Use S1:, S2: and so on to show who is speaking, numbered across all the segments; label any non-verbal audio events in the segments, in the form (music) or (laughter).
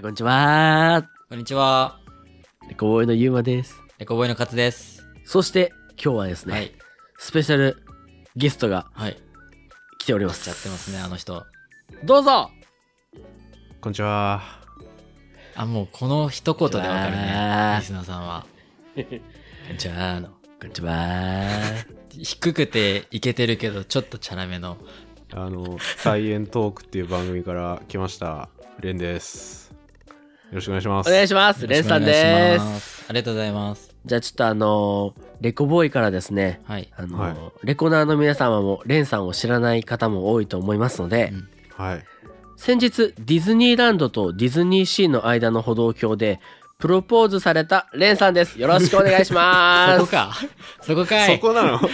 S1: こんにちは。
S2: こんにちは。
S1: レコボーイのゆうまです。
S2: レコボーイのカツです。
S1: そして、今日はですね、
S2: はい。
S1: スペシャルゲストが
S2: はい。
S1: 来ておりま
S2: し
S1: す。
S2: ちゃってますね、あの人。
S1: どうぞ
S3: こんにちは。
S2: あ、もうこの一言でわかるね。リ
S1: こ
S2: スナーさん (laughs) は。じゃあの。
S1: んにちは。
S2: 低くていけてるけど、ちょっとチャラめの。
S3: あの、サイエントークっていう番組から来ました、レンです。よろしくお願いしま
S1: お願い
S3: す。
S1: します。レンさん
S2: よ
S1: で。
S2: ろしくお願いしますす。ありがとうございます。
S1: じゃあちょっとあのーレコボーイからですね、
S2: はい。
S1: あのー
S3: はい
S1: レコナーの皆様もレンさんを知らない方も多いと思いますので、
S2: うん
S3: はい。
S1: 先日ディズニーランドとディズニーシーの間の歩道橋でプロポーズされたレンさんですよろしくお願いします
S2: (laughs) そこか。そこかい
S3: そ。こなの (laughs)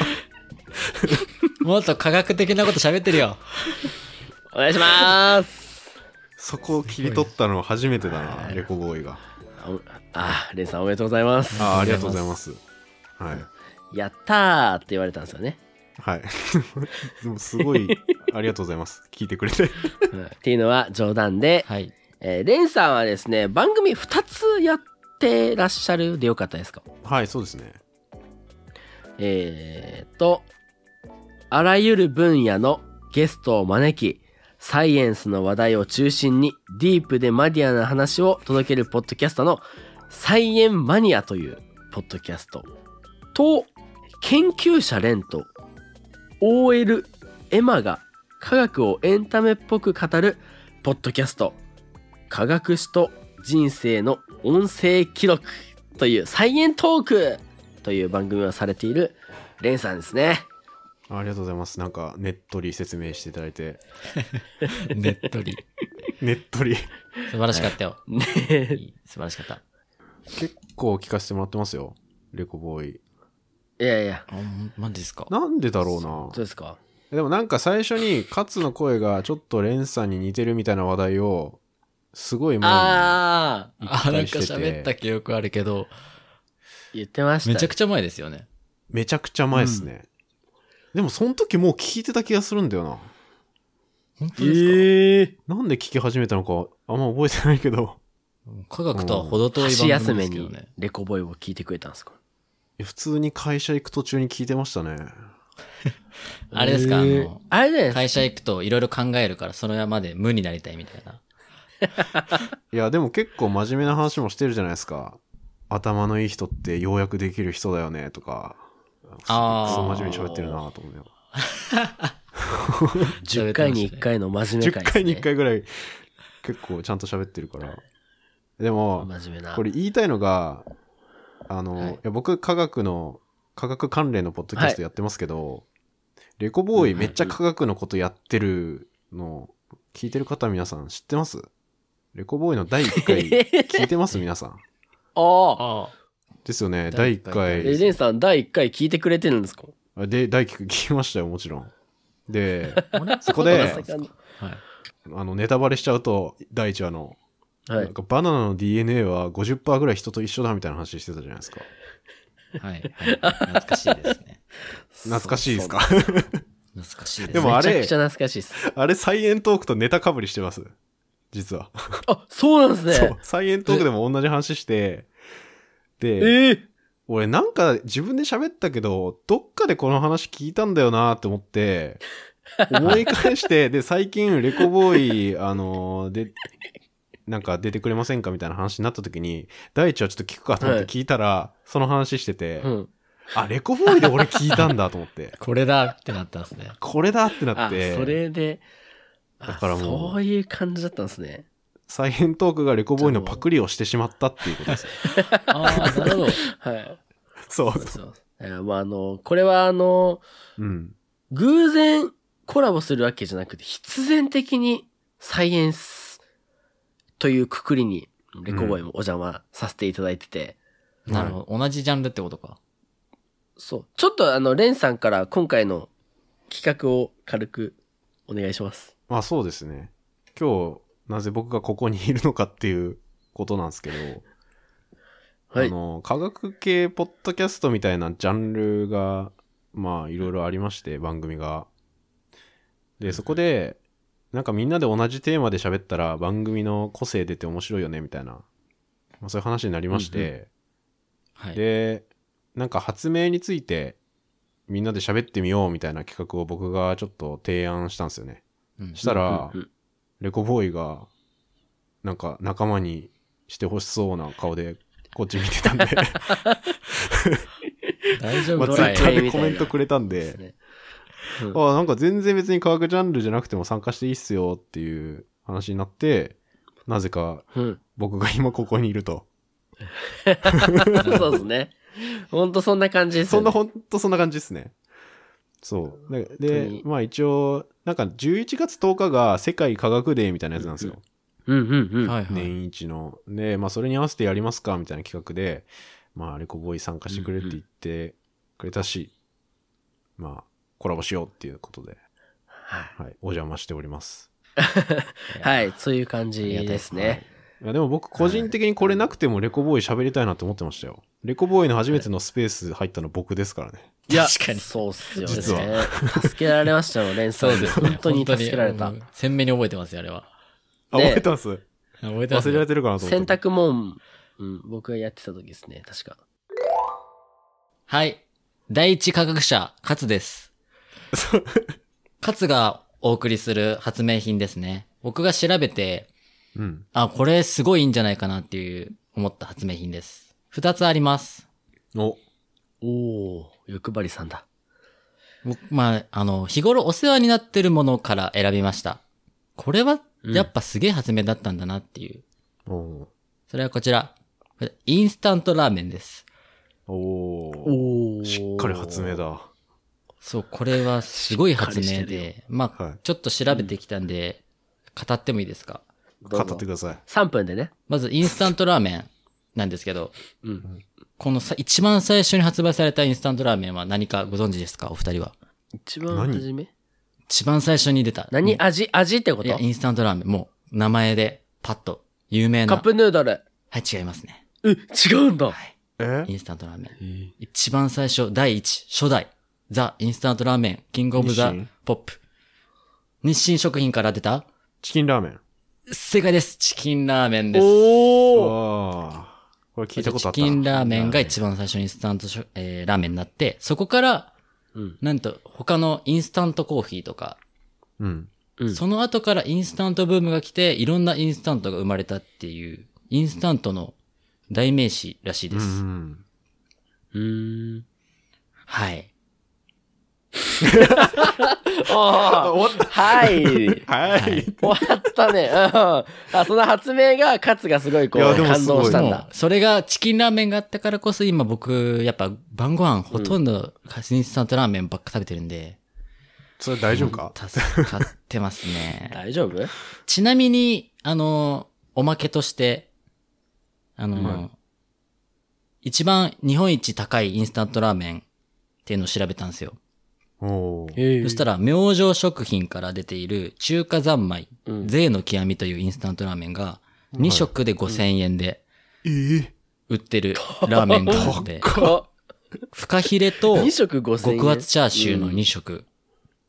S2: もっと科学的なこと喋ってるよ。
S1: お願いします
S3: そこを切り取ったの初めてだな、レコボーイが。
S1: おあレンさんおめでとうございます
S3: あありがとうございます。はい。
S1: やったーって言われたんですよね、
S3: はい。 (laughs) でもすごい、ありがとうございます。聞いてくれて。
S1: うんっていうのは冗談で、
S2: (laughs) はい。
S1: えーレンさんはですね番組2つやってらっしゃるでよかったですか
S3: はい、そうですね。
S1: えー、と、あらゆる分野のゲストを招き、サイエンスの話題を中心にディープでマディアな話を届けるポッドキャストのサイエンマニアというポッドキャストと、研究者レンと OL エマが科学をエンタメっぽく語るポッドキャスト、科学史と人生の音声記録というサイエントークという番組をされているレンさんですね。
S3: ありがとうございます。なんか、ねっとり説明していただいて。
S2: ねっとり。
S3: ねっとり。
S2: 素晴らしかったよ。
S1: ね
S2: い
S1: え
S2: い素晴らしかった。
S3: 結構聞かせてもらってますよ、レコボーイ。
S1: いやいや、
S2: あ、マジですか。
S3: なんでだろうな
S1: どう。ですか
S3: でもなんか最初に勝の声がちょっとレンさんに似てるみたいな話題をすごい前に
S1: ああ
S2: あ、なんか
S3: 一回してて
S2: 喋った記憶あるけど、
S1: 言ってました。
S2: めちゃくちゃ前ですよね。
S3: めちゃくちゃ前っすね、でもその時もう聞いてた気がするんだよな
S2: 本当ですか、
S3: ええなんで聞き始めたのかあんま覚えてないけど
S2: 科学とは程遠い
S1: 箸
S2: 番
S1: 休
S2: 組で
S1: め
S2: すけど
S1: に
S2: ね。
S1: レコボイを聞いてくれたんですか
S3: え普通に会社行く途中に聞いてましたね
S2: あれですか、あ
S1: えー
S2: の、
S1: あれじゃない
S2: 会社行くといろいろ考えるから、その山で無になりたいみたいな。
S3: いやでも結構真面目な話もしてるじゃないですか頭のいい人ってようやくできる人だよねとか
S2: あー
S3: そう真面目に喋ってるなと思うよ
S1: 10回に1回の真面目
S3: 10
S1: 会
S3: 回に
S1: で
S3: 1
S1: すね
S3: 回ぐらい結構ちゃんと喋ってるからでも
S1: 真面目な。
S3: これ言いたいのがあの、
S2: はい
S3: いや僕科学の科学関連のポッドキャストやってますけど、レコボーイめっちゃ科学のことやってるの聞いてる方皆さん知ってますレコボーイの第1回聞いてます皆さん
S1: ああ
S2: あ
S3: ですよね
S2: 第
S3: 第
S2: 一
S3: 1
S2: 回
S3: 回
S1: えレンさん第1回聞いてくれてるんですか
S3: あで第1回聞きましたよもちろんで
S2: あ。俺
S3: そこで
S2: なんですかはい。
S3: あのネタバレしちゃうと第1話の
S1: は
S3: ないん。かバナナの DNA は50%ぐらい人と一緒だみたいな話してたじゃないですか。 (laughs)
S2: はい、はい。懐かしいですね。
S3: 懐かしいですか
S2: 懐かしいですね。
S3: でもあれ
S1: めちゃくちゃ懐かしいです。
S3: あれ、サイエントークとネタかぶりしてます。実は。
S1: あ、そうなんです
S3: そ
S1: ね
S3: う。。サイエントークでも同じ話して、
S1: え
S3: で、
S1: ー、
S3: 俺なんか自分で喋ったけど、どっかでこの話聞いたんだよなって思って、思い
S1: (laughs)
S3: 返して、で、最近レコボーイ、あので、なんか出てくれませんかみたいな話になった時に、第一はちょっと聞くかと思って聞いたら、その話してて、
S1: うん。
S3: あ、レコボーイで俺聞いたんだと思って。
S2: これだってなったんですね。
S3: これだってな
S1: あ
S3: っ、て、
S1: それで、
S3: だ
S1: あ
S3: からもう
S1: そういう感じだったんですね。
S3: サイエントークがレコボーイのパクリをしてしまったっていうことです。
S2: ああ、なるほど。
S1: はい。
S3: そ
S1: (laughs) そうそう。だからまああの、これはあの、
S3: う。うん。
S1: 偶然コラボするわけじゃなくて、必然的にサイエンスというくくりに、レコボーイもお邪魔させていただいてて、
S2: なるほど。同じジャンルってことか。
S1: そう。ちょっとあの、レンさんから今回の企画を軽くお願いします。
S3: まあそうですね。今日、なぜ僕がここにいるのかっていうことなんですけど、
S1: は
S3: あ
S1: い。
S3: の、科学系ポッドキャストみたいなジャンルが、まあいろいろありまして、番組が。で、そこで、なんかみんなで同じテーマで喋ったら番組の個性出て面白いよねみたいな、まあ、そういう話になりまして、
S2: はい。
S3: でなんか発明についてみんなで喋ってみようみたいな企画を僕がちょっと提案したんですよね。
S2: うん
S3: したら、
S1: うんうん
S3: レコボーイがなんか仲間にしてほしそうな顔でこっち見
S2: (laughs)
S3: てたんで、
S2: 大丈夫
S3: まあ、
S1: ド
S3: ツイ
S1: ライ
S3: ッターでコメントくれたん
S1: です
S3: で、
S1: ね
S3: あなんか全然別に科学ジャンルじゃなくても参加していいっすよっていう話になって、なぜか
S1: うん。
S3: 僕が今ここにいると。
S1: そうです
S3: (laughs)
S1: ね。ほんとそんな感じです
S3: そ
S1: よ
S3: ん
S1: ね。
S3: な、ほんとそんな感じですね。そう。で、
S1: 本当
S3: で
S1: に
S3: まあ一応、なんか11月10日が世界科学デーみたいなやつなんですよ。
S1: うんうんうん。
S2: はいはい。
S3: 年一の。で、まあそれに合わせてやりますかみたいな企画で、まあレコボーイ参加してくれって言ってくれたし、まあコラボしようっていうことで、
S1: は
S3: はい、お邪魔しております。
S1: い。はい。そういう感じですね。
S3: いやでも僕個人的にこれなくてもレコボーイ喋りたいなと思ってましたよ。レコボーイの初めてのスペース入ったの僕ですからね。
S1: いや、
S2: 確かに
S1: そうっすよね。
S3: 実
S1: 助けられましたよ、レンさん
S2: そ
S1: に。
S2: うですね。
S1: 本当に助けられた
S2: 本当。にうん鮮明に覚えてますよ、あれは。
S3: あ、
S1: ね
S3: 覚えたんす。
S2: 覚えてま
S3: 忘
S2: す
S3: れら
S2: ね
S3: れ。てるかなと思っ
S1: 洗
S3: て。
S1: 濯もん、うん、僕がやってた時ですね、確か。
S2: はい。第一科学者、勝です。勝がお送りする発明品ですね。僕が調べて、
S3: うん。
S2: あ、これすごいいいんじゃないかなっていう思った発明品です。二つあります。
S3: お、
S1: おー、欲張りさんだ。
S2: 僕、まあ、あの、日頃お世話になってるものから選びました。これは、
S1: うん
S2: やっぱすげえ発明だったんだなっていう。
S3: お
S2: それはこちら。これインスタントラーメンです。
S3: ーお
S1: お
S3: ーしっかり発明。だ。
S2: そう、これはすごい
S1: し
S2: 発
S1: っか
S2: 明
S1: りして
S2: で、まあ、
S3: はい
S2: ちょっと調べてきたんで、語ってもいいですか
S1: どう
S3: 語って
S1: ぞ
S3: ください。
S1: 3分でね。
S2: まずインスタントラーメンなんですけど、
S1: うん。
S2: このさ一番最初に発売されたインスタントラーメンは何かご存知ですかお二人は。
S1: 一番
S3: 何
S1: 初め
S2: 一番最初に出た。
S1: 何味、味ってこ
S2: い
S1: と
S2: や、インスタントラーメン。もう、名前で、パッと、有名
S1: カ
S2: な。
S1: ップヌードル。
S2: はい、違いますね。
S1: え、違うんだ。
S3: え
S2: インスタントラーメン。一番最初、第一、初代、ザ・インスタントラーメン、キングオブザ
S3: 日清・
S2: ポップ。日清食品から出た
S3: チキンラーメン。
S2: 正解です。チキンラーメンです。
S1: おー。
S3: ああ。これ聞いたことあった
S2: チ
S3: な。
S2: キンラーメンが一番最初にインスタントしょ、えーラーメンになって、そこから、
S1: うん。
S2: なんと他のインスタントコーヒーとか、
S3: うん。
S1: うん
S2: その後からインスタントブームが来て、いろんなインスタントが生まれたっていう、インスタントの代名詞らしいで
S3: う
S2: す。
S3: ん。
S1: うーん。
S2: はい。
S1: あ
S3: (laughs) 終
S1: ー。
S3: わっ
S1: はい。
S3: た。はい。
S2: はい
S1: 終わったね。うん。あ、その発明が、勝がすごいこう、
S3: いやでも
S1: 感
S3: すごい
S1: 動したん
S2: も
S1: だ
S2: う。、それがチキンラーメンがあったからこそ、今僕、やっぱ晩ご飯ほとんどインスタントラーメンばっか食べてるんで、
S3: それ大丈夫か
S2: 助かってますね。 (laughs)
S1: 大丈夫
S2: ちなみに、あの、おまけとして、あの、
S3: うん
S2: 一番日本一高いインスタントラーメンっていうのを調べたんですよ。
S3: おー
S1: え
S2: そしたら、明星食品から出ている中華三昧、
S1: うん
S2: 税の極みというインスタントラーメンが、2食で5000円で
S3: ええ
S2: 売ってるラーメンがあるの
S1: (laughs)
S2: で、
S1: ら、
S2: フカヒレと
S1: 2食5000円。
S2: 極厚チャーシューの2食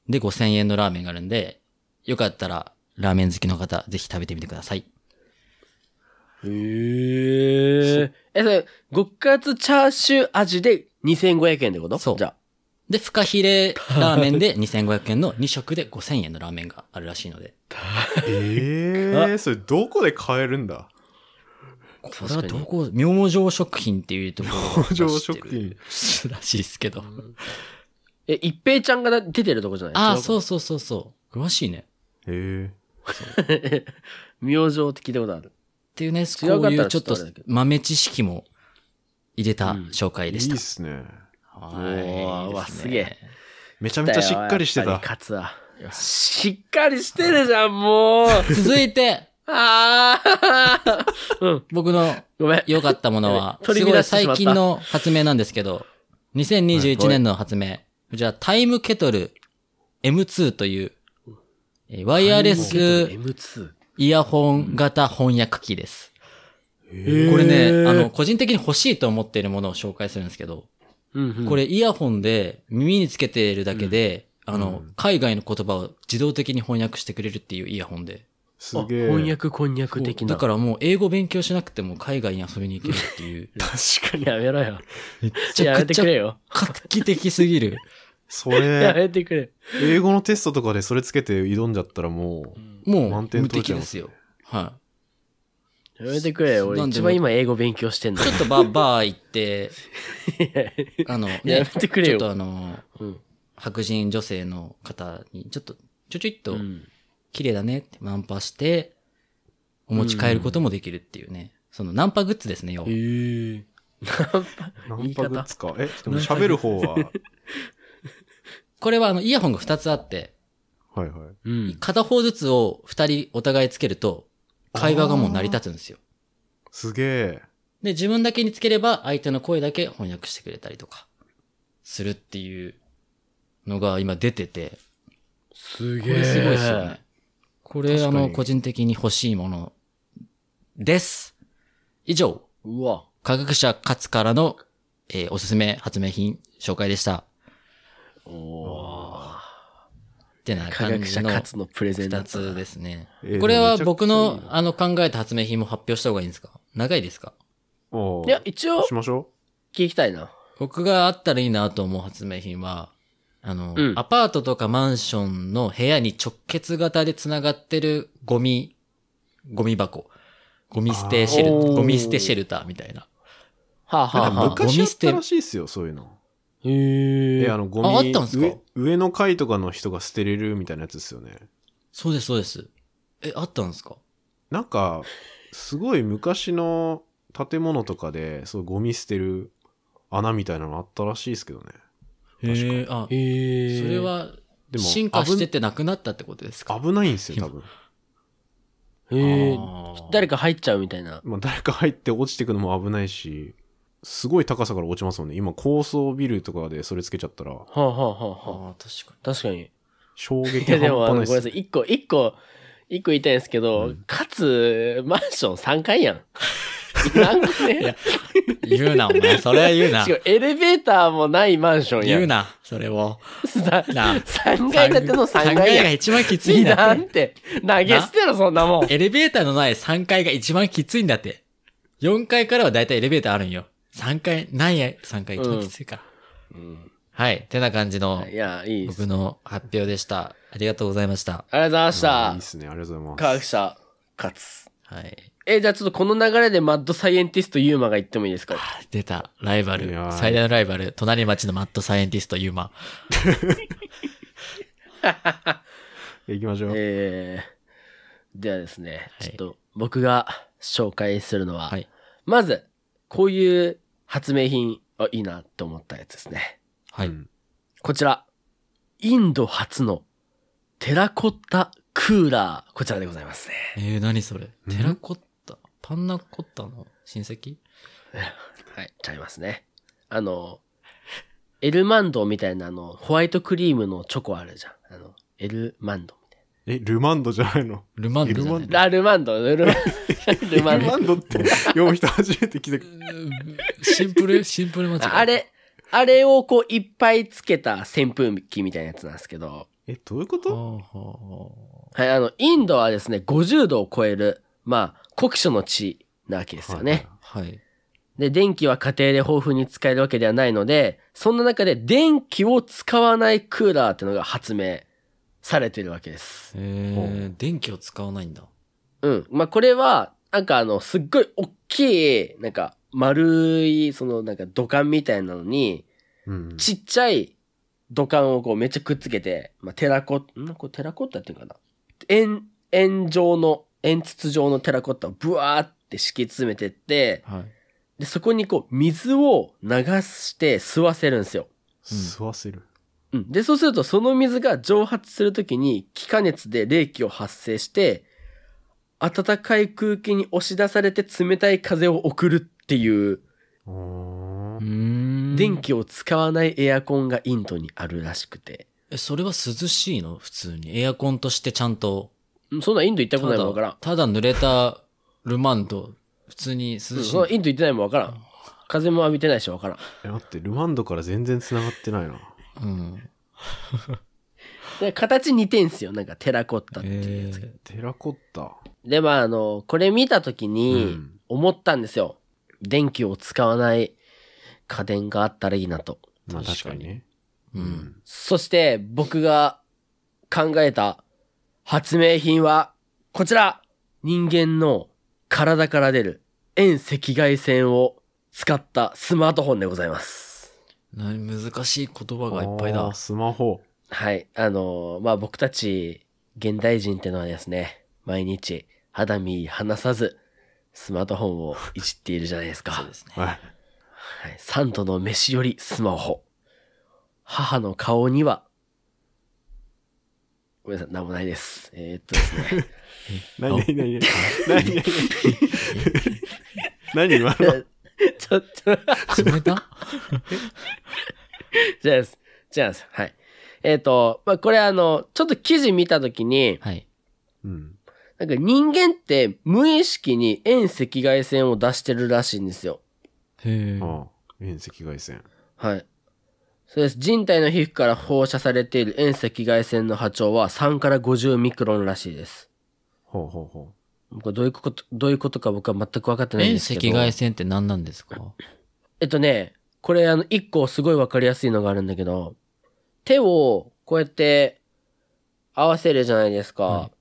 S2: で5000円のラーメンがあるんで、よかったらラーメン好きの方、ぜひ食べてみてください。
S1: へえ。え、それ、極厚チャーシュー味で2500円ってこと
S2: そう
S1: じゃあ。
S2: で、フカヒレラーメンで2500円の2食で5000円のラーメンがあるらしいので、
S3: ええそれどこで買えるんだ
S2: こ
S1: かに
S2: れはどこ、明星食品っていうところが出してる。
S3: 明星食品
S2: (laughs) らしいですけど。
S1: え、一平ちゃんが出てるとこじゃない
S2: ああ、
S1: う。
S2: そうそうそうそう。詳しいね。
S3: ええ
S1: (laughs) 明星って聞いたことある。
S2: っていうね、こ
S1: 違うか
S2: う
S1: っ
S2: い
S1: た
S2: う
S1: ら
S2: ちょっと
S1: ちょっとあれだけど
S2: 豆知識も入れた紹介
S3: い
S2: で
S3: い
S2: した。
S3: っすね。
S2: は
S1: おー
S2: い。
S1: わ
S2: です
S1: げえ。
S3: めちゃめちゃしっかりして
S1: やったぱ。り勝は。しっかりしてるじゃん、もう。
S2: 続いて、
S1: ああ。うん。
S2: 僕の
S1: (laughs) ごめん。、
S2: 良かったものは
S1: (laughs) 取り
S2: すご
S1: 乱
S2: い
S1: してしまった
S2: 最近の発明なんですけど、2021年の発明。こちら、タイムケトル M2 という、えーワイヤレス
S1: M2。
S2: イヤホン型翻訳機です。
S1: ー
S2: これね、あの、個人的に欲しいと思っているものを紹介するんですけど、
S1: うんうん
S2: これイヤホンで耳につけているだけで、あの、
S3: うん
S2: 海外の言葉を自動的に翻訳してくれるっていうイヤホンで。
S3: す
S1: あ
S3: げえ。
S1: 翻訳こんにゃく的な。
S2: だからもう英語勉強しなくても海外に遊びに行けるっ
S1: (laughs)
S2: て (laughs) いう。
S3: 確かに。
S1: やめろよ。
S2: めっ
S1: ちょ
S2: ちゃ
S1: やめ
S2: く
S1: て
S2: ち
S1: くれ
S2: ゃ
S1: よ。
S2: 画期的
S1: (laughs)
S2: すぎる。
S3: そ
S1: や
S3: れ、
S1: めてくれ。
S3: 英語のテストとかでそれつけて挑んじゃったらもう、
S2: も
S3: 満
S2: う
S3: 点
S2: 無
S3: 取れち
S2: 敵
S3: ゃい
S2: で
S3: ます
S2: すよ。は
S1: やめてくれよ。俺
S2: なんで
S1: 一番今英語勉強してん
S2: い。
S1: の。
S2: ちょっとバー、バー行
S1: (laughs)
S2: って、あの、ね、
S1: やめてくれよ
S2: ちょっとあの、
S1: (laughs) うん
S2: 白人女性の方に、ちょっと、ちょちょいっと
S1: う、ん
S2: 綺麗だねってナンパして、お持ち帰ることもできるっていうね。そのナンパグッズですね、要は
S1: えー
S3: ナ
S1: 言
S3: ン
S1: い
S3: パ
S1: 方
S3: グッズか。え、でも喋る方は、
S2: これはあの、イヤホンが2つあって、
S3: はいはい。
S1: うん。
S2: 片方ずつを2人お互いつけると、会話がもう成り立つんですよ。
S3: すげえ。
S2: で、自分だけにつければ、相手の声だけ翻訳してくれたりとか、するっていうのが今出てて、
S1: す
S2: こ
S1: げえ。
S2: れすごいですよね。これ、あ
S3: 確か
S2: の、
S3: に
S2: 個人的に欲しいものです。以上、
S1: うわ。
S2: 科学者勝からの、えーおすすめ発明品紹介でした。
S1: おー
S2: ってな
S1: 科
S2: 感
S1: 学
S2: じ
S1: 者
S2: の
S1: 勝のプレゼンだ
S2: 二
S1: ったな
S2: つですね
S3: え。ー
S2: これは
S3: でもめちゃ
S2: 僕
S3: くちゃいいな
S2: のあの考えた発明品も発表した方がいいんですか長いですか
S3: おー
S1: いや、一応
S3: しましょ
S1: 聞きたいな。
S2: 僕があったらいいなと思う発明品は、あの、
S1: うん
S2: アパートとかマンションの部屋に直結型で繋がってるゴミ、ゴミ箱。ゴミ捨てシェ
S1: あ
S2: ル、
S1: ー
S2: ゴミ捨てシェルターみたいな。
S1: はあ、
S3: う。
S1: は
S3: な
S1: あ
S3: ん
S1: は
S3: か
S1: あ、
S3: 昔
S2: ゴミ
S3: あっ
S2: 捨て
S3: たらしいですよ、そういうの。
S1: へえ
S3: え、あの、ゴ
S2: ああっ
S3: ミ
S2: たんすか
S3: 上、上の階とかの人が捨てれるみたいなやつですよね。
S2: そうです、そうです。え、あったんですか
S3: なんか、すごい昔の建物とかで、そう、ゴミ捨てる穴みたいなのあったらしいですけどね。
S2: へえ、あ、そ
S1: へえ
S2: れ、は、
S3: でも
S2: 進化してってなくなったってことですか
S3: 危ないんですよ、多分。
S1: へえ
S2: あー
S1: 誰か入っちゃうみたいな。
S3: まあ、誰か入って落ちてくのも危ないし、すごい高さから落ちますもんね。今、高層ビルとかでそれつけちゃったら、
S1: はあ、はあはあはあ、
S2: あー、確か
S1: 確かに。
S3: 衝撃
S1: いや、でも、あ
S3: 半
S1: の、ごめ
S3: 端
S1: んな
S3: ない
S1: さ
S3: で
S1: い。一個、一個、一個言いたいんですけど、かつ、マンション3階やん。 (laughs) いらんくね。
S2: に。言うな、お前。
S1: (laughs)
S2: それは言うな
S1: し。かもエレベーターもないマンションやん。
S2: 言うな、それを。
S1: さ
S2: なあ
S1: 3階建ての3階や
S2: が
S1: ん。
S2: 一番きつい
S1: 次
S2: んだ
S1: な
S2: っ
S1: ん
S2: て。
S1: て。投げ捨てろ、そんなもん。
S2: エレベーターのない3階が一番きついんだって。4階からはだいたいエレベーターあるんよ。3階、ないや、3階一番きついから。はい。てな感じの
S1: いや、いいです。
S2: 僕の発表でした。ありがとうございました。
S1: ありがとうございまし
S3: す。あーい
S1: た
S3: いっ。すね、ありがとうござ
S1: 科
S3: いま
S1: 学
S3: す。
S1: 者、勝つ。
S2: はい。
S1: え、じゃあちょっとこの流れでマッドサイエンティストユーマが言ってもいいです
S2: (laughs)
S1: か
S2: 出た。ライバ
S3: い
S2: ル
S3: や。ー
S2: 最大のライバル。隣町のマッドサイエンティストユーマ。
S3: 行きましょう。
S1: えー、ではですね、
S2: は
S1: ち
S2: い
S1: ょっと僕が紹介するのは、
S2: はい
S1: まず、こういう発明品、あ、いいなって思ったやつですね。
S2: は
S3: う
S2: い。
S3: ん
S1: こちら、インド初のテラコッタクーラー、こちらでございますね。
S2: えー、何それテラコッタパンナコッタの親戚
S1: はい、ちゃいますね。あの、エルマンドみたいなあの、ホワイトクリームのチョコあるじゃん。あの、エルマンドみたい
S3: え、ルマンドじゃないの
S2: ルマンドじゃない
S3: ルマンド
S1: な。ラルマンド、ルルマンド。ルマン
S3: ル
S1: ド
S3: マンドって読む人初めて聞いた。
S2: シンプルシンプルマジ
S1: (laughs) ああれ、あれをこういっぱいつけた扇風機みたいなやつなんですけど、
S3: え、どういうこ
S2: はあ
S3: と
S2: はあはあ
S1: はい、あの、インドはですね、50度を超える、まあ、酷暑の地なわけですよね。
S3: はい
S2: はい。
S1: で、電気は家庭で豊富に使えるわけではないので、そんな中で電気を使わないクーラーっていうのが発明されてるわけです。
S2: えー、電気を使わないんだ。
S1: うん。まあ、これは、なんかあの、すっごい大きい、なんか丸い、そのなんか土管みたいなのに、
S3: うん
S1: ちっちゃい土管をこうめっちゃくっつけて、まあ、テラコッタ、んこれテラコッタっていうかな円、円状の、円筒状のテラコッタをブワーって敷き詰めてって、
S2: はい。
S1: で、そこにこう水を流して吸わせるんですよ。
S3: 吸わせる。
S1: うん。で、そうするとその水が蒸発するときに気化熱で冷気を発生して、暖かい空気に押し出されて冷たい風を送るっていう、
S3: おー
S2: ん
S1: 電気を使わないエアコンがインドにあるらしくて。
S2: え、それは涼しいの普通に。エアコンとしてちゃんと。
S1: うんそんなんインド行った
S2: た
S1: ことないもんわからん
S2: だ、。ただ濡れたルマンド、普通に涼
S1: うん
S2: しい
S1: そん
S2: の。
S1: なインド行ってないもんわからん。風も浴びてないしわからん。
S3: え、待って、ルマンドから全然繋がってないな。
S2: うん。
S1: で形似てんすよ。なんかテラコッタっていうやつが。
S2: え
S3: テラコッタ。
S1: で、まあ、あの、これ見たとき
S3: う
S1: に
S3: ん
S1: 思ったんですよ。電気を使わない家電があったらいいなと。
S3: まあ
S2: 確
S3: 確
S2: か
S3: か
S2: に
S3: にね。
S2: ーうん。
S1: そして僕が考えた発明品はこちら人間の体から出る遠赤外線を使ったスマートフォンでございます。
S2: な難しい言葉がいっぱい
S3: あ
S2: だ
S3: ー。スマホ。
S1: はい。あのーまあ、僕たち現代人ってのはですね、毎日肌身離さずスマートフォンをいじっているじゃないですか。
S2: (laughs) そうですね。
S3: はい。
S1: はい、三度の飯よりスマホ。母の顔には、ごめんなさい、なんもないです。えーっとですね。
S3: 何何何何何何今
S1: (laughs)
S3: の
S1: ちょっと、
S2: 始めた
S1: じゃあ、じゃあ、はい。えーっと、まあ、これあの、ちょっと記事見たときに、
S2: (laughs) はい。
S3: うん。
S1: なんか人間って無意識に遠赤外線を出してるらしいんですよ。
S2: へえ。
S3: ああ。遠赤外線。
S1: はい。そうです。人体の皮膚から放射されている遠赤外線の波長は3から50ミクロンらしいです。
S3: ほうほうほ
S1: これどういうこと、どういうことか僕は全く分かってないん
S2: 遠
S1: で
S2: 赤
S1: すけど。
S2: 外線って何なんですか
S1: えっとね、これあの、一個すごいわかりやすいのがあるんだけど、手をこうやって合わせるじゃないですか。
S2: は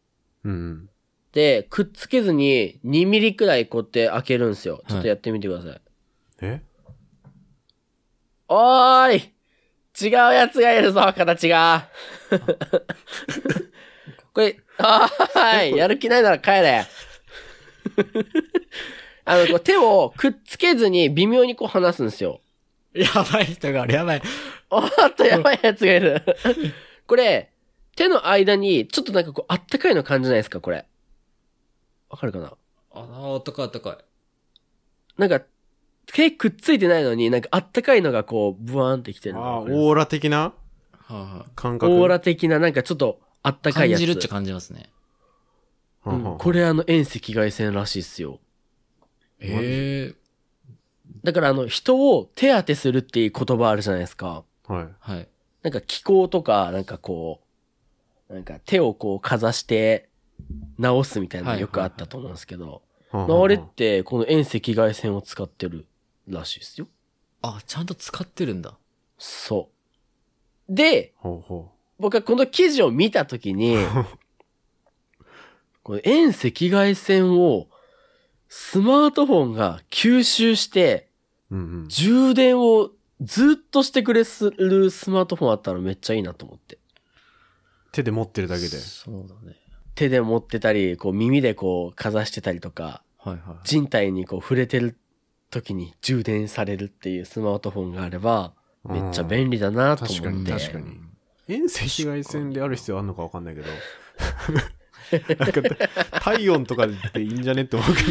S3: う。うん。
S1: で、くっつけずに2ミリくらいこうやって開けるんですよ。ちょっとやってみてください。
S3: え
S1: おーい違うやつがいるぞ、形が。これ、はーい、やる気ないなら帰れ。あの、こう手をくっつけずに微妙にこう離すんですよ。
S2: やばい人がある、やばい。
S1: おーっと、やばいやつがいる。これ、手の間に、ちょっとなんかこう、あったかいの感じないですか、これ。わかるかな
S2: あの男は高い。
S1: なんか、手くっついてないのに、なんかあったかいのがこう、ブワーンってきてるの
S3: あ
S1: が
S3: あ、オ
S1: わかります
S3: ーラ的な
S2: はいは
S3: 感覚。
S1: オーラ的な、なんかちょっと、あった
S2: い。
S1: かい
S2: 感
S1: やつ。
S2: じるっちゃ感じますね。
S3: はんはん
S1: う
S3: は
S1: ん
S3: ん。
S1: これあの遠赤外線らしいっすよ。
S2: ええ。
S1: だからあの人を手当てするっていう言葉あるじゃないですか。
S3: はい。
S2: はい。
S1: なんか気候とか、なんかこう、なんか手をこうかざして直すみたいなのよくあったと思うんですけど、
S3: はんはんはん
S1: あれってこの遠赤外線を使ってるらしいっすよ。
S2: あ、ちゃんと使ってるんだ。
S1: そう。で、
S3: ほうほ
S1: 僕はこの記事を見たとき (laughs) に、この遠赤外線をスマートフォンが吸収して、
S3: う。うんうん。
S1: 充電をずっとしてくれするスマートフォンあったらめっちゃいいなと思って。
S3: 手で持ってるだけで。
S2: そうだね。
S1: 手で持ってたり、こう耳でこうかざしてたりとか、
S2: はいはい。
S1: 人体にこう触れてる時に充電されるっていうスマートフォンがあれば、めっちゃ便利だなと思って。
S3: 確かに確かに遠赤外線である必要あるのかわかんないけど。なんか体温とかでいいんじゃねって思うけ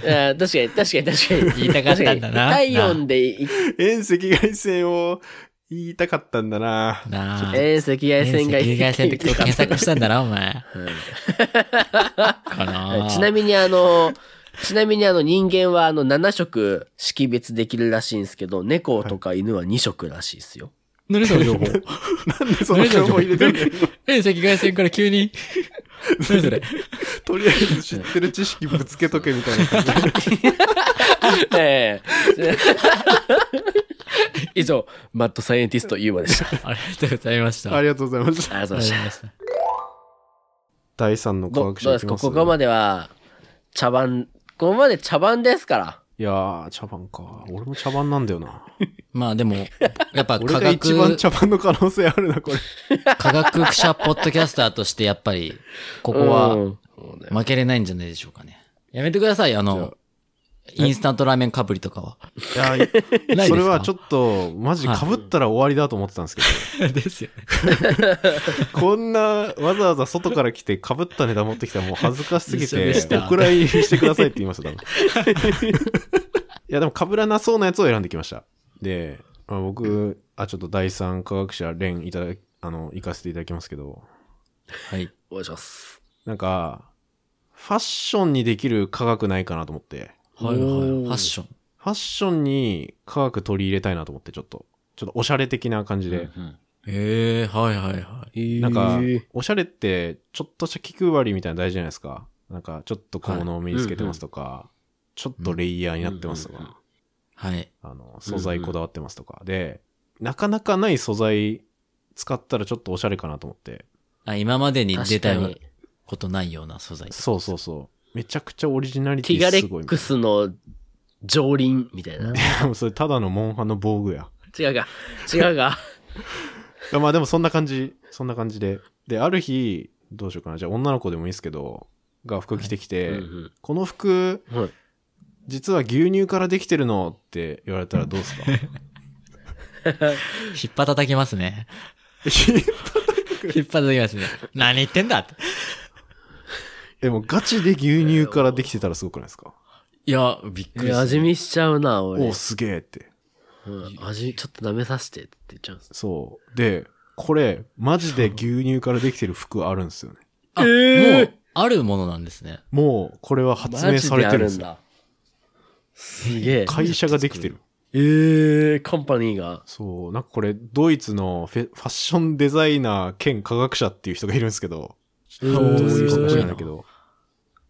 S1: (laughs) あー確かに確かに確かに。
S2: (laughs) 言いたかったんだ
S1: 確
S2: な
S1: かに (laughs) 体温でい、
S3: ど遠赤外線を言いたかったんだな
S2: なあ。
S1: 遠赤外線がい
S2: 遠
S1: い
S2: 赤外線って検
S1: (laughs)
S2: 索したんだな、お前。
S1: うん
S2: か
S1: は
S2: ない
S1: ちなみにあの、 (laughs) ちなみにあの人間はあの7色識別できるらしいんですけど、猫とか犬は2色らしいですよ。
S2: 何その情報
S3: なんでその情報入れてんの
S2: 遠赤外線から急に。何それ
S3: とりあえず知ってる知識ぶつけとけみたいな感
S1: (laughs)
S3: じ。
S1: (laughs) ええ以上、マッドサイエンティストユーマでした。 (laughs)
S2: ありがとうございました。
S3: あ
S2: り
S3: りがとうございました。
S1: ありがとうご
S2: が
S1: ざい
S2: とうござい
S1: ま
S2: ま
S1: し
S2: した。
S3: 第三の
S1: た。ど
S3: 科
S1: どう
S3: 学者
S1: で
S3: い
S1: す
S3: き
S1: か
S3: ます
S1: ここまでは、茶番、ここまで茶番ですから。
S3: いやー、茶番か。俺も茶番なんだよな。
S2: まあ
S1: (laughs)
S2: でも、やっぱ
S3: 俺
S2: 科
S3: が一番
S2: 学、
S3: 茶番の可能性あるな、これ。
S2: 科学者ポッドキャスターとしてやっぱり、ここ
S1: う
S2: は
S1: んそうね
S2: 負けれないんじゃないでしょうかね。やめてください、あの、インスタントラーメンかぶりとかは。
S1: (laughs)
S3: いやい
S2: ないですか
S3: それはちょ
S2: っ
S3: っと、マジ被ったら終わりだと思ってたん
S2: (laughs)
S3: ですけど、
S2: とですよね。
S3: こんなわざわざ外から来て被ったネタ持ってきたらもう恥ずかしすぎ
S2: 一緒で
S3: て、
S2: した
S3: お蔵入りしてくださいって言い
S2: (laughs)
S3: ました、多分いや、でも被らなそうなやつを選んできました。で、まあ、僕、あ、ちょっと第三科学者連いただ、あの、行かせていただきますけど、
S2: はい。
S1: お願いします。
S3: なんか、ファッションにできる科学ないかなと思って、
S2: はいはい。フ
S1: おー
S2: ァッション。
S3: ファッションに科学取り入れたいなと思って、ちょっと。ちょっとおしゃれ的な感じで。
S2: うんへえ、はいはいはい。
S3: なんか
S1: えー、
S3: おしゃれって、ちょっとした気配りみたいなの大事じゃないですか。なんか、ちょっと小物を身につけてますとか、ちょっとレイヤーになってますとか、
S1: うんうんうん
S2: はい。
S3: あの、素材こだわってますとか、で、なかなかない素材使ったらちょっとおしゃれかなと思って。
S2: あ、今までに出
S1: 確
S2: た
S1: か
S2: ような
S1: に。
S2: ことないような素材。
S3: そうそうそう。めちゃくちゃオリジナリテ
S1: ティガレ
S3: ィすごい
S1: ックスの上輪みたいな。
S3: でも (laughs) それただのモンハンの防具や。
S1: 違うか。違うか。
S3: まあでもそんな感じ、そんな感じで。で、ある日、どうしようかな。じゃあ女の子でもいいですけど、が服着てきて、
S1: うん
S3: この服、
S1: うんはい
S3: 実は牛乳からできてるのって言われたらど
S1: (laughs)
S3: うですか
S2: 引っ張叩きますね。
S1: (laughs)
S2: 引っ張叩きますね。何言ってんだって。
S3: でもガチで牛乳からできてたらすごくないですか
S2: いや、びっくり
S1: いや味見しちゃうな、
S3: お
S1: 俺
S3: お、。すげえって。
S1: うん味、ちょっと舐めさせてって言っちゃうんです。
S3: そう。で、これ、マジで牛乳からできてる服あるんですよね。
S2: あ、
S1: えー
S2: もう、あるものなんですね。
S3: もう、これは発明されてるんで
S1: マジ
S3: すよ。
S1: であるんだ。すげえ。
S3: 会社ができてる。
S1: えー、カンパニーが。
S3: そう、なんかこれ、ドイツのフェファッションデザイナー兼科学者っていう人がいるんですけど、
S1: え
S3: どういう人か知ら
S1: ー
S3: ないけど、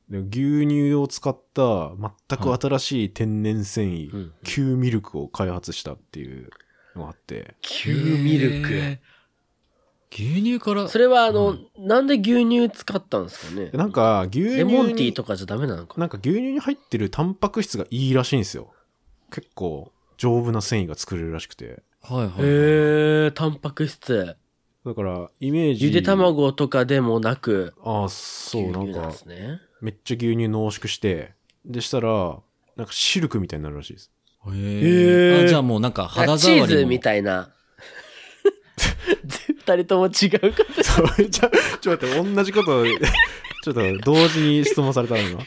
S3: でも牛乳を使った全く新しい天然繊維、
S1: うん
S3: キューミルクを開発したっていうのがあって、
S1: キューミルク。
S2: へー。牛乳から、
S1: それはあの、
S2: う
S1: なんで牛乳使ったんですかね
S3: でなんか牛乳に
S1: レモンティーとかじゃダメなのかな
S3: なんか牛乳に入ってるタンパク質がいいらしいんですよ。結構丈夫な繊維が作れるらしくて。
S2: はいはい。
S1: へー、タンパク質。
S3: だから、イメージ。
S1: ゆで。卵とかでもなく、
S3: ああ、そう、なん
S1: 牛乳
S3: か
S1: で、すね。
S3: めっちゃ牛乳濃縮して、でしたら、なんかシルクみたいになるらしいです。 (laughs)
S2: へ
S1: へ
S2: ー
S1: ー
S2: あじゃあもうなんか肌
S1: チ
S2: 触りも
S1: ーズみたいな。 (laughs) 二人とも違うか
S3: そう、ちょ、ちょ、待って、同じこと、 (laughs) ちょっと同時に質問されたの今。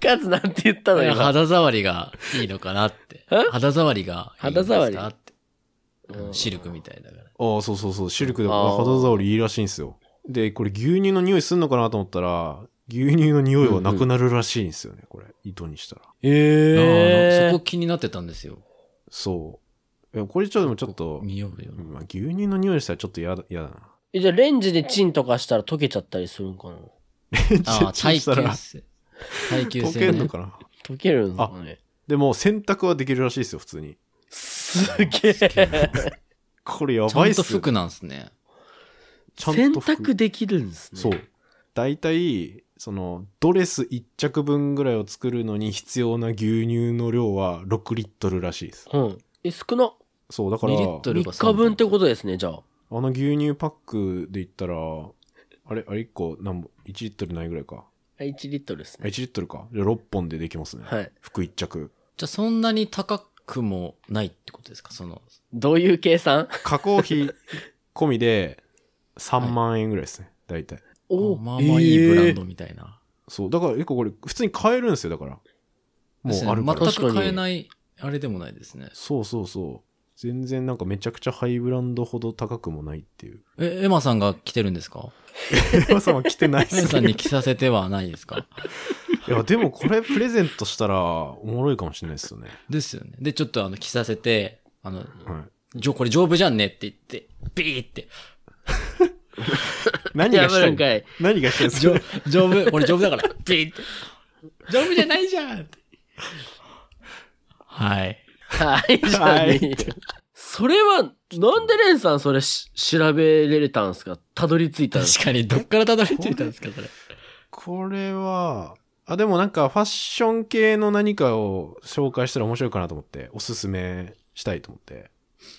S1: カズなんて言ったの
S2: い
S1: よ
S2: や。肌触りがいいのかなって
S1: え。
S2: 肌触りがいいんですか
S1: 肌触
S2: って。シルクみたいだから。
S3: ああ、そうそうそう、シルクで
S1: あ
S3: 肌
S1: ー
S3: 触りいいらしいんですよ。で、これ牛乳の匂いすんのかなと思ったら、牛乳の匂いはなくなるらしいんですよね、これ。糸にしたら。
S2: あ
S1: え
S2: ーそこ気になってたんですよ。
S3: そう。えこれちょっとでもちょっと、
S2: 見ようよ。
S3: まあ、牛乳の匂いしたらちょっと嫌だ嫌だな。
S1: え。じゃあレンジでチンとかしたら溶けちゃったりするんかな
S2: ああ、耐
S3: したら
S2: 久性。耐久
S3: 溶
S2: 性
S3: けん
S2: ね
S3: の。かな。
S1: 溶けるんですかね
S3: でも洗濯はできるらしいですよ、普通に。
S1: すげえ。
S3: これや
S2: ちゃ
S3: ばい
S2: ん
S3: っす
S2: と服なんすね。
S3: ちゃん
S1: 洗
S3: と服
S1: 濯できるんですね。
S3: そう。。大体、その、ドレス1着分ぐらいを作るのに必要な牛乳の量は6リットルらしいです。
S1: うん。え、少な。
S3: そう、だから、
S2: 2リットル
S1: 3日分ってことですね、じゃあ。
S3: あの牛乳パックで言ったら、あれ、あれ1個何本 ?1 リットルないぐらいか。
S1: 1リットルです
S3: あ1
S1: ね
S3: リ。ットルか。じゃあ6本でできますね。
S1: はい。
S3: 服1着。
S2: じゃあそんなに高くもないってことですかその、
S1: どういう計算
S3: 加工費込みで3万円ぐらいですね。大体。
S1: お
S2: まあまあいいブランドみたいな。
S3: そう。だから結構これ、普通に買えるんですよ、だから。もうあるから。
S2: ですね全く買えない、あれでもないですね。
S3: そうそうそう。全然なんかめちゃくちゃハイブランドほど高くもないっていう。 (laughs)
S2: え、エマさんが着てるんですか
S3: エマさんは着てないっ
S2: エマ
S3: す
S2: さんに
S3: ね。
S2: 着させてはないです
S3: (laughs)
S2: か
S3: いや、でもこれプレゼントしたらおもろいかもしれないですよね。
S2: ですよね。で、ちょっとあの、着させて、あの、
S3: はい。
S2: じょ、これ丈夫じゃんねって言って、ビーって。
S3: 何がし
S1: 破
S3: た
S1: る
S3: い
S1: んかい。
S3: 何がしたいんです
S2: 丈
S3: か
S2: (laughs) 丈夫、これ丈夫だ
S3: (laughs)
S2: から、ビーって。丈夫じゃないじゃんってはい。
S1: はい、じゃあ
S3: はい
S1: ねそれは、なんでレンさんそれし調べれたんすかたどり着いたんですか
S2: 確かに、どっからたどり着いたんですか、それ。
S3: これは、あ、でもなんかファッション系の何かを紹介したら面白いかなと思って、おすすめしたいと思って。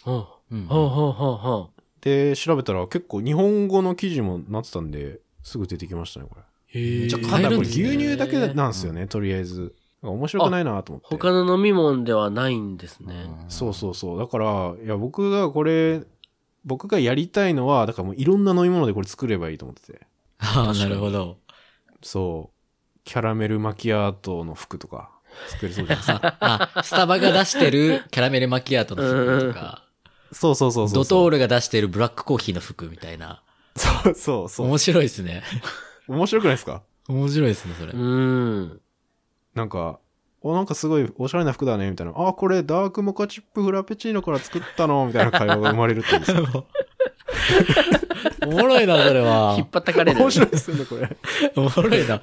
S1: うん。は
S2: うん
S1: あはあはあはあ。
S3: で、調べたら結構日本語の記事もなってたんで、すぐ出てきましたね、これ。
S1: へえ
S2: じゃあ
S3: た
S2: 買え
S3: だ
S2: る
S3: こ
S2: ん
S3: れ
S2: ですね
S3: 牛乳だけなんですよね、とりあえず。面白くないなと思って。
S1: 他の飲み物ではないんですね。
S3: そうそうそう。だから、いや、僕がこれ、僕がやりたいのは、だからもういろんな飲み物でこれ作ればいいと思ってて。
S2: ああ、なるほど。
S3: そう。キャラメルマキアートの服とか、作れそう
S2: (laughs)
S3: じゃないですか。
S2: あ、あスタバが出してるキャラメルマキアートの服とか、
S3: そうそうそうそう。
S2: ドトールが出してるブラックコーヒーの服みたいな。
S3: そう (laughs) そうそう。
S2: 面白いですね。
S3: 面白くないですか
S2: 面白いですね、それ
S1: う。ん。
S3: なんか、お、なんかすごいおしゃれな服だね、みたいな。あ、これダークモカチップフラペチーノから作ったの、みたいな会話が生まれるっていうんですよ
S2: おもろいな、それは
S1: 引。っ張ったかれる。
S3: 面白いですよね、これ。
S2: おもろいな。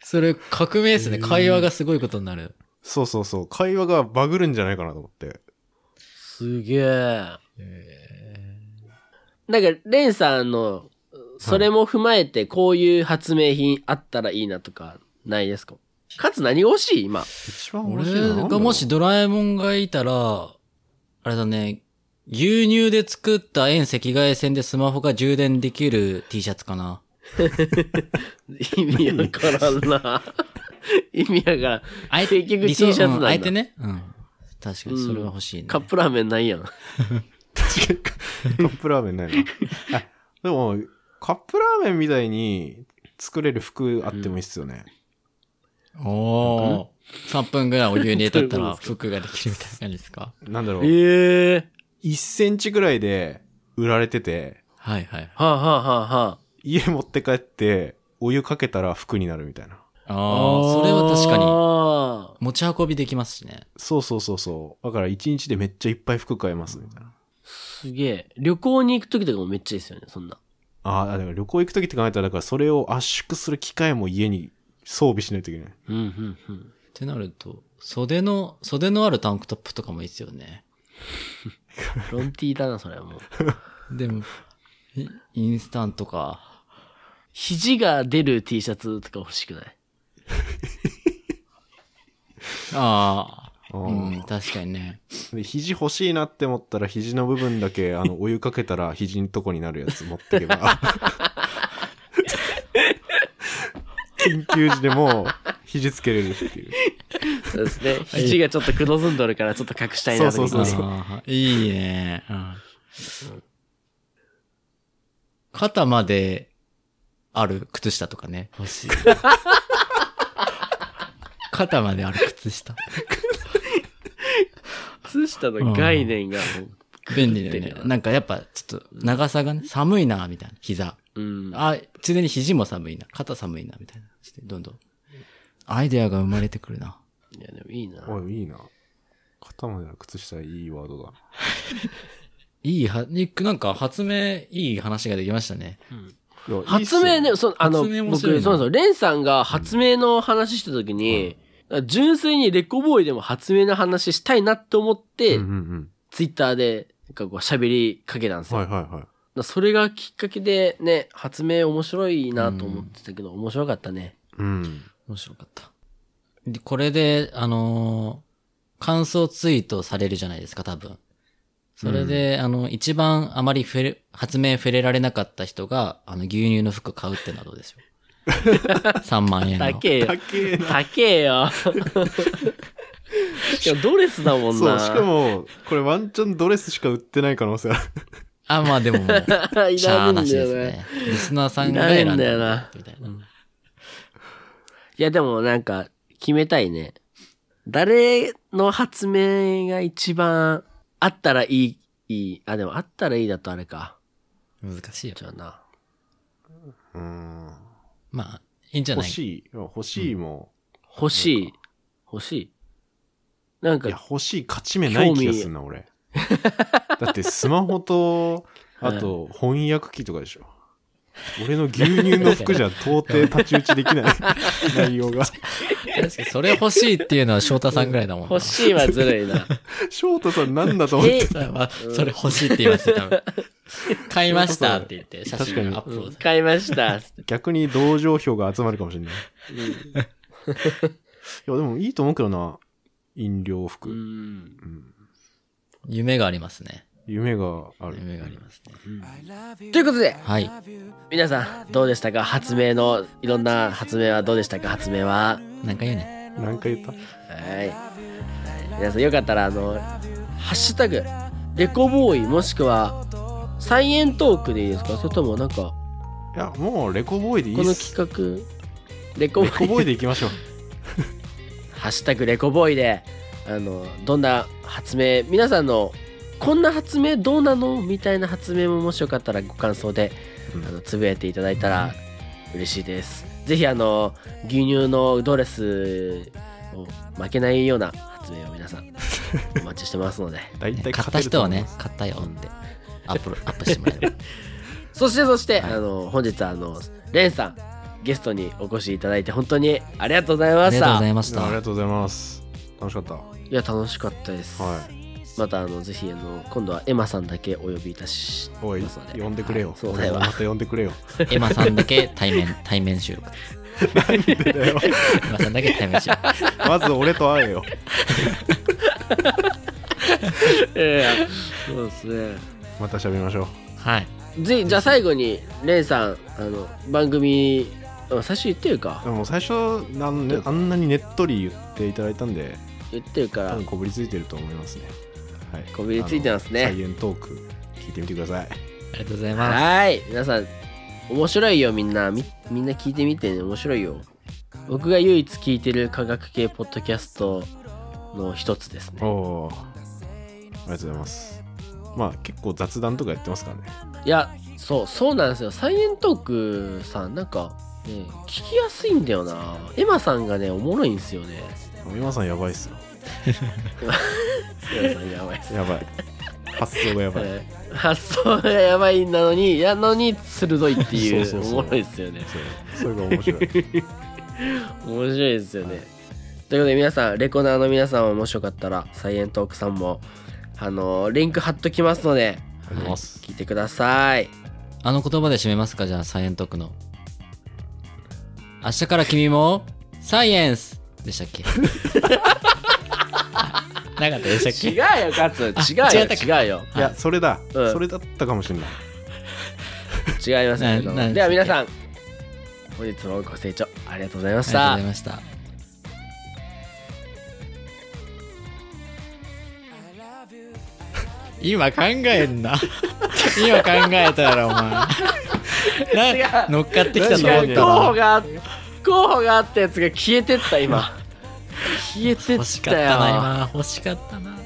S2: それ、革命ですね。会話がすごいことになる。
S3: そうそうそう。会話がバグるんじゃないかなと思って。
S1: すげえ。なんか、レンさんの、それも踏まえて、こういう発明品あったらいいなとか、ないですかかつ何が欲しい今。
S3: 一番面
S2: 俺
S3: 白いのなんだろ
S2: が
S3: う
S2: もしドラえもんがいたら、あれだね、牛乳で作った遠赤外線でスマホが充電できる T シャツかな。
S1: 意味わからん
S3: (laughs)
S1: な。意味わからん。
S2: あえ
S1: 結局
S2: 理想
S1: T シャツなんだ
S2: うんあえてね。うん。確かに、それは欲しいね。
S1: カップラーメンないやん。
S3: カップラーメンないな。 (laughs) あでも、カップラーメンみたいに作れる服あってもいいっすよね。
S2: おー。3分ぐらいお湯に入れと (laughs) ったら
S1: そ
S2: 服ができるみたいな感じですか
S3: なんだろう。
S1: ええ
S3: 1センチぐらいで売られてて、
S2: はいはい。
S1: はあ、はあはあはあ、
S3: 家持って帰って、お湯かけたら服になるみたいな。
S2: ああ、それは確かに。
S1: かに。
S2: 持ち運びできますしね。
S3: そうそうそうそう。だから1日でめっちゃいっぱい服買えますみたいな。
S1: すげえ。旅行に行く時とかもめっちゃいいですよね、そんな。
S3: あーあ、でも旅行行く時って考えたら、だからそれを圧縮する機械も家に装備しないといけない。
S1: うん、うん、うん。
S2: ってなると、袖の、袖のあるタンクトップとかもいいですよね。
S1: ロンティーだな、それはもう。
S2: でも、イインスタントか。
S1: 肘が出る T シャツとか欲しくない
S2: ああ、
S3: あー
S2: うん、確かにね。
S3: で肘欲しいなって思ったら肘の部分だけあのお湯かけたら肘のとこになるやつ持ってけば緊急時でも肘つけれるっていう
S1: そうですね。 (laughs) 肘がちょっと黒ずんどるからちょっと隠したいなと
S3: そうそう
S2: あーいいね、うん肩まである靴下とかね。欲しい。肩まである靴 (laughs) 下。
S1: 靴下の概念がも
S2: 便利だよ
S1: 狂ってる
S2: ね。
S1: よ
S2: なんかやっぱちょっと長さがね、寒いな、みたいな。膝。
S1: う、うん。
S2: あ、ついでに肘も寒いな。肩寒いな、みたいな。して、どんどん。アイデアが生まれてくるな。
S1: いや、でもいいな。
S3: おいいいな肩までの靴下いいワードだ
S2: いいは、ニックなんか発明、いい話ができましたね。
S3: いやいいっす
S1: 発
S3: よ
S1: 明ね、そのあの、
S2: 発明面
S1: 僕、そ
S2: 白いな
S1: うそう、レンさんが発明の話した時に、純粋にレコボーイでも発明の話したいなって思って、
S3: うんうん
S1: ツイッターで、なんかこう喋りかけたんです
S3: うん
S1: よ。
S3: はいはいはい
S1: だそれがきっかけでね、発明面白いなと思ってたけど、面白かったね。
S3: うん
S2: 面白かった。でこれで、あのー感想ツイートされるじゃないですか、多分。それで、あの、一番あまり触れ、発明触れられなかった人が、あの、牛乳の服買うってなど
S1: (laughs)
S2: うですよ。3万円の。
S1: 高えよ。
S3: けえな
S1: 高え
S2: (laughs)
S1: よ。しかもドレスだもん
S3: そ
S1: な。
S3: うしかもこれワンチャンドレスしか売ってない可能性ある
S2: あ、まあでももう、
S1: (laughs) (laughs) い
S2: しゃ
S1: らね
S2: ー
S1: え
S2: なんし
S1: だ
S2: で
S1: よ
S2: す
S1: ね
S2: ね。。リスナーさんが選ん
S1: いらねえんだ
S2: だ
S1: よな
S2: みたいな。
S1: いや、でもなんか、決めたいね。誰の発明が一番あったらいい、いい。あ、でもあったらいいだとあれか。
S2: 難しいよ。
S1: じゃあな。
S3: うん
S2: まあ、いいんじゃ
S3: 欲
S2: ない
S3: しいいや欲しいも、
S1: 欲しい。欲しい。なん
S3: いや
S1: か、
S3: 欲しい勝ち目ない気がするな俺 (laughs) だってスマホとあと翻訳機とかでしょ俺の牛乳の服じゃ到底太刀打ちできない内容が
S2: 確かに、それ欲しいっていうのは翔太さんぐらいだもんな。
S1: 欲しいはずるい
S2: (laughs)
S1: な。
S3: 翔太さんなんだと思っ
S1: え
S3: て、
S2: それはそれ欲しいって言いますよ、多
S1: (laughs)
S2: 分。買いましたって言って、写
S3: 確かに
S2: 真アップを。
S1: 買いま
S2: (laughs)
S1: した。
S3: 逆に同情票が集まるかもしれないいやでもいいと思うけどな飲料服、
S1: うん。
S2: 夢がありますね。
S3: 夢がある
S2: 夢がありますね。
S1: ということで、
S2: はい。
S1: 皆さん、どうでしたか発明の、いろんな発明はどうでしたか発明は。
S2: なんか言うね。
S3: 何回言った
S1: はい。皆さんよかったら、あの、ハッシュタグ、レコボーイ、もしくは、サイエントークでいいですかそれともなんか、こ
S3: いやもうレコボーイでいい
S1: の
S3: っす
S1: 企画、レコボ
S3: レコ
S1: ー
S3: ボー
S1: イ、
S3: イで行き
S1: (laughs)
S3: ましょう
S1: ハッシュタグレコボーイで、あの、どんな発明、皆さんの、こんな発明どうなのみたいな発明ももしよかったらご感想で、
S3: うん
S1: あの、つぶやいていただいたら嬉しいです。ぜひあの、牛乳のドレスもう負けないような発明を皆
S2: (laughs)
S1: さんお待ちしてますので
S3: 大体
S2: 買っ
S3: 勝
S2: た
S3: てると
S2: 人は
S3: 思い
S2: ね
S3: ます、
S2: 買ったよって、ア
S3: (laughs)
S2: ップ、アップしてもらえる。
S1: そしてそして、
S2: はい
S1: あの本日はあのレンさんゲストにお越しいただいて本当にありがとうござい
S2: あ
S1: ま
S2: り
S1: し
S2: がとうご
S1: た
S2: ざ
S1: い
S2: いまし
S3: あり
S2: た
S3: (laughs) が。とうございます楽しかったは
S1: や楽しかったです、
S3: い
S1: またあのぜひあの今度はエマさんだけお呼びいたし
S3: おい
S1: ますので
S3: 呼んでくれよ、
S1: そうだ
S3: 俺
S1: よ
S3: もまた呼んでくれよ (laughs)
S2: エマさんだけ対面、対面収録。エマさんだけ対面収録。
S3: まず俺と会えよ
S1: ええそうですね
S3: また喋りましょう
S2: はい。
S1: ぜひじゃあ最後にレンさんあの番組あ最初言ってる
S3: で
S1: か
S3: も最初なん、ね、あんなにねっとり言っていただいたんで
S1: 言ってるか
S3: 多
S1: ら
S3: 分こびりついてると思いますね、はい、
S1: こびりついてますね
S3: あのサイエントーク聞いてみてください
S2: ありがとうございます。
S1: はい皆さん面白いよみんなみみんな聞いてみてね面白いよ僕が唯一聞いてる科学系ポッドキャストの一つですね
S3: おおーありがとうございますまあ結構雑談とかやってますからね
S1: いやそうそうなんですよサイエントークさんなんか、ね、聞きやすいんだよなエマさんがねおもろいんですよ (laughs) ね
S3: 皆さんやばいっすよ
S1: エマさんやばいっす
S3: やばい発想がや (laughs) ばい
S1: えー発想がやばいなのにやのに鋭いっていう
S3: そうそうそう
S1: おもろいですよね
S3: そうそれが面白い
S1: 面白いですよね、ということで皆さんレコナーの皆さんももしよかったらサイエントークさんもあのーリンク貼っときますので
S3: ありがとうございます
S1: 聞いてください
S2: あの言葉で締めますかじゃあ、サイエントークの。明日から君も、サイエンスでしたっけ (laughs) なかったでしたっ
S1: 違うよ
S2: け
S1: カツ違う
S2: 違った
S1: よ違うよ
S3: いやそれだ、
S1: うん
S3: それだったかもしれない
S1: 違いますけど
S2: ななん
S1: では皆さん本日もご清聴ありがとうございま
S2: あ
S1: し
S2: りがとう
S1: た
S2: ございました。 (laughs) 今考えんな。 (laughs) 今考えたらお (laughs) 前。な乗っかってきたと思
S1: 違
S2: っ
S1: う
S2: た
S1: 候補
S2: ら。
S1: が候補があったやつが消えてった今消えてったよ
S2: 欲しかったな、今。欲しかったな。